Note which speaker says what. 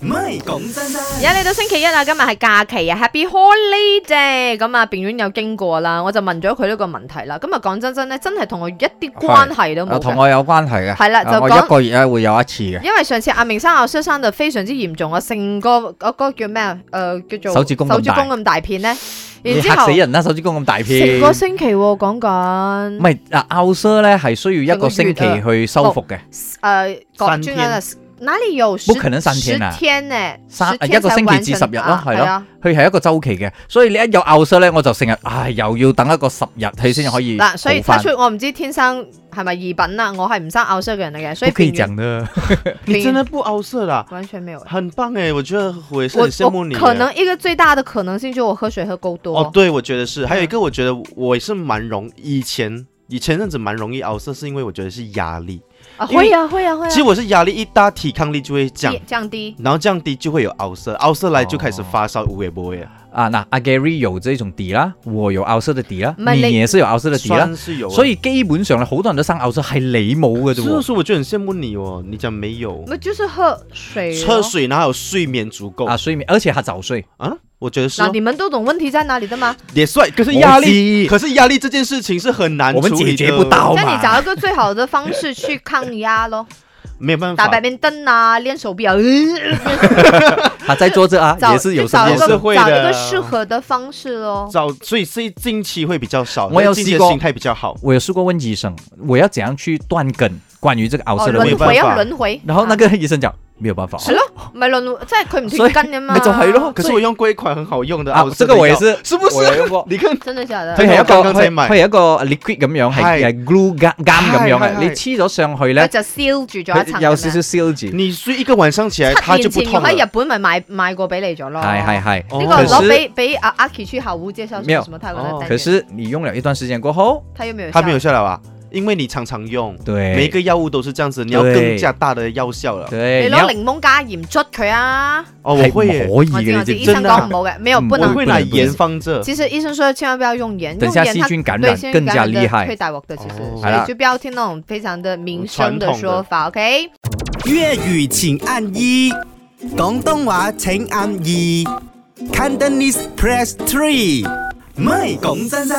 Speaker 1: 唔係講真啦。
Speaker 2: 而家嚟到星期一啦，今日係假期啊，Happy Holiday！咁啊，病院有經過啦，我就問咗佢呢個問題啦。咁啊，講真真咧，真係同我一啲關係都冇
Speaker 3: 啊同
Speaker 2: 嘅。
Speaker 3: 我有關係嘅，
Speaker 2: 係啦就
Speaker 3: 啊我
Speaker 2: 講
Speaker 3: 一個月咧會有一次啊嘅，
Speaker 2: 因為上次阿明生阿蕭生就非常之嚴重啊，成個嗰、個叫咩啊？誒、叫做
Speaker 3: 手指公咁大
Speaker 2: 手指公咁大片咧，然
Speaker 3: 你
Speaker 2: 之
Speaker 3: 嚇
Speaker 2: 後
Speaker 3: 死人啦！手指公咁大
Speaker 2: 成
Speaker 3: 片，
Speaker 2: 個
Speaker 3: 唔
Speaker 2: 星期喎、講緊
Speaker 3: 係嗱 o u t e 咧係需要一個星
Speaker 2: 成個
Speaker 3: 期去修復嘅，
Speaker 2: 誒呃講
Speaker 1: 三天
Speaker 2: 專家嘅，哪裡有十
Speaker 3: 可能三天啊
Speaker 2: 十天呢？
Speaker 3: 三
Speaker 2: 十天
Speaker 3: 一個星期至
Speaker 2: 才完成
Speaker 3: 十日咯
Speaker 2: 啊
Speaker 3: 係咯
Speaker 2: 係啊
Speaker 3: 佢係一個周期嘅，所以你一有 o u t e 咧，我就成日唉又要等一個十日佢先可以
Speaker 2: 嗱，所以
Speaker 3: 好返
Speaker 2: 出我唔知天生係咪異品啦，我係唔生拗衰嘅人嚟嘅，所以
Speaker 3: 不可以
Speaker 2: 變完
Speaker 3: 講的。
Speaker 2: 病
Speaker 4: 你真的不凹色啦，
Speaker 2: 完全沒有。
Speaker 4: 很棒哎，我觉得我也是
Speaker 2: 我
Speaker 4: 很羡慕
Speaker 2: 我
Speaker 4: 你耶。
Speaker 2: 可能一个最大的可能性就是我喝水喝够多。
Speaker 4: 哦，对，我觉得是。还有一个，我觉得我也是蛮容，以前以前阵子蛮容易凹色，是因为我觉得是压力。
Speaker 2: 啊
Speaker 4: 因为
Speaker 2: 会呀会呀会呀。
Speaker 4: 其实我是压力一大，抵抗力就会降
Speaker 2: 低，降低，
Speaker 4: 然后降低就会有凹色，凹色来就开始发烧，无微不微。
Speaker 3: 啊，那阿 Gary 有这种底啦，我有 o u t e 的底啦，
Speaker 2: 唔係你
Speaker 3: 你也是有 o u t e 的底啦
Speaker 4: 酸，是有啊，
Speaker 3: 所以基本上好多人都生 o u t e 係你冇嘅啫
Speaker 4: 所以
Speaker 3: 喎。
Speaker 4: 说我就很羡慕你哦。你讲没有？
Speaker 2: 那就是喝水。
Speaker 4: 喝。水哪有睡眠足够
Speaker 3: 啊，
Speaker 4: 啊？
Speaker 3: 睡眠，而且還早睡，
Speaker 4: 我觉得是
Speaker 2: 那
Speaker 4: 哦、
Speaker 2: 你们都懂问题在哪里的吗？
Speaker 4: 也算，可是压力，
Speaker 3: 我
Speaker 4: 可是压力这件事情是很难
Speaker 3: 我们
Speaker 4: 处理
Speaker 3: 解
Speaker 4: 的
Speaker 3: 決不到
Speaker 2: 那
Speaker 3: 嘛
Speaker 2: 你。找一个最好的方式去抗压咯，
Speaker 4: 没有办
Speaker 2: 打
Speaker 4: 法，
Speaker 2: 白面灯啊，练手臂啊，呃
Speaker 3: 啊， 在做这啊，
Speaker 2: 找
Speaker 3: 也是有
Speaker 2: 就
Speaker 3: 什么
Speaker 2: 找一
Speaker 4: 也是
Speaker 2: 个
Speaker 4: 会
Speaker 2: 找一
Speaker 4: 的
Speaker 2: 个适合的方式咯。
Speaker 4: 早，所以是近期会比较少，
Speaker 3: 我
Speaker 4: 但
Speaker 3: 有
Speaker 4: 是近期的
Speaker 3: 试过
Speaker 4: 心态比较好。
Speaker 3: 我有试过问医生，我要怎样去断根关于这个熬
Speaker 2: 哦，
Speaker 3: 色的
Speaker 4: 我也
Speaker 3: 问
Speaker 2: 轮
Speaker 3: 题，
Speaker 4: 不
Speaker 2: 回
Speaker 4: 明
Speaker 2: 啊
Speaker 4: 白
Speaker 2: 轮回。
Speaker 3: 然后那个医生讲没有办法
Speaker 2: 啊。是咯，咪轮即系佢
Speaker 3: 所
Speaker 2: 唔
Speaker 3: 以
Speaker 2: 断根嘅嘛。
Speaker 3: 咪就係哎咯
Speaker 4: 啊可是
Speaker 3: 所以
Speaker 4: 我用过一款很好用的
Speaker 3: 啊
Speaker 4: 奥，斯
Speaker 3: 这
Speaker 4: 的
Speaker 3: 个我也
Speaker 4: 药，
Speaker 3: 是，
Speaker 4: 是不
Speaker 3: 我有
Speaker 4: 是？
Speaker 3: 用過
Speaker 4: 你看，
Speaker 2: 真的假
Speaker 3: 佢
Speaker 2: 的？
Speaker 4: 係
Speaker 3: 係一
Speaker 4: 我
Speaker 3: 個
Speaker 4: 剛剛
Speaker 3: 佢
Speaker 4: 才買
Speaker 3: 佢係一個 liquid 咁樣，係
Speaker 4: 係
Speaker 3: 係 glue 監監咁
Speaker 4: 係
Speaker 3: 樣
Speaker 4: 係
Speaker 3: 嘅，
Speaker 4: 係
Speaker 3: 你黐咗上去
Speaker 2: 佢
Speaker 3: 咧，
Speaker 2: 就燒住咗一層咁
Speaker 3: 佢
Speaker 2: 樣。
Speaker 3: 有少少燒住，
Speaker 4: 你睡一个晚上起来，它
Speaker 2: 七
Speaker 4: 就
Speaker 2: 年
Speaker 4: 不
Speaker 2: 前
Speaker 4: 痛
Speaker 2: 我
Speaker 4: 了。
Speaker 2: 喺日本咪買買過俾你咗咯。
Speaker 3: 啊係係係。
Speaker 4: 哦
Speaker 2: 那个
Speaker 3: 可
Speaker 2: 老
Speaker 3: 是
Speaker 2: 北北啊阿 K 去好屋介绍
Speaker 3: 没有
Speaker 2: 说什么泰国的
Speaker 4: 哦
Speaker 2: 单元，
Speaker 3: 可是你用了一段時間過後，
Speaker 2: 他又没有
Speaker 4: 它没
Speaker 2: 效
Speaker 4: 有效了吧？因为你常常用，每一
Speaker 3: 對
Speaker 4: 个药物都是这样子，你要
Speaker 3: 对
Speaker 4: 更加大的药效了。
Speaker 3: 對，
Speaker 2: 你
Speaker 3: 你
Speaker 2: 攞
Speaker 3: 要
Speaker 2: 檸檬加鹽捽佢啊！
Speaker 4: 哦，我
Speaker 3: 係
Speaker 4: 会耶，
Speaker 3: 唔可
Speaker 2: 我
Speaker 3: 以
Speaker 2: 知
Speaker 3: 嘅，
Speaker 2: 我
Speaker 3: 你
Speaker 2: 知，
Speaker 3: 知
Speaker 2: 醫
Speaker 3: 唔
Speaker 4: 真
Speaker 3: 知
Speaker 2: 生
Speaker 4: 的
Speaker 2: 講唔好嘅，沒有
Speaker 3: 嗯
Speaker 2: 不
Speaker 4: 我
Speaker 2: 能
Speaker 3: 會。
Speaker 4: 会拿
Speaker 3: 不能不能
Speaker 4: 盐放着。
Speaker 2: 其實醫生說千萬不要用鹽，
Speaker 3: 等
Speaker 2: 用
Speaker 3: 下
Speaker 2: 鹽
Speaker 3: 細
Speaker 2: 它
Speaker 3: 菌感
Speaker 2: 對
Speaker 3: 染
Speaker 2: 細菌
Speaker 3: 更
Speaker 2: 感
Speaker 3: 加
Speaker 2: 染
Speaker 3: 厲
Speaker 2: 的會
Speaker 3: 害。
Speaker 2: 大鑊的，其實
Speaker 4: 哦
Speaker 2: 所
Speaker 3: 係
Speaker 2: 以
Speaker 3: 啦
Speaker 2: 就不要聽那種非常的民生的
Speaker 4: 傳統的
Speaker 2: 說法，OK？
Speaker 1: 粵語請按一，廣東話請按二，Cantonese press three。唔係講真真。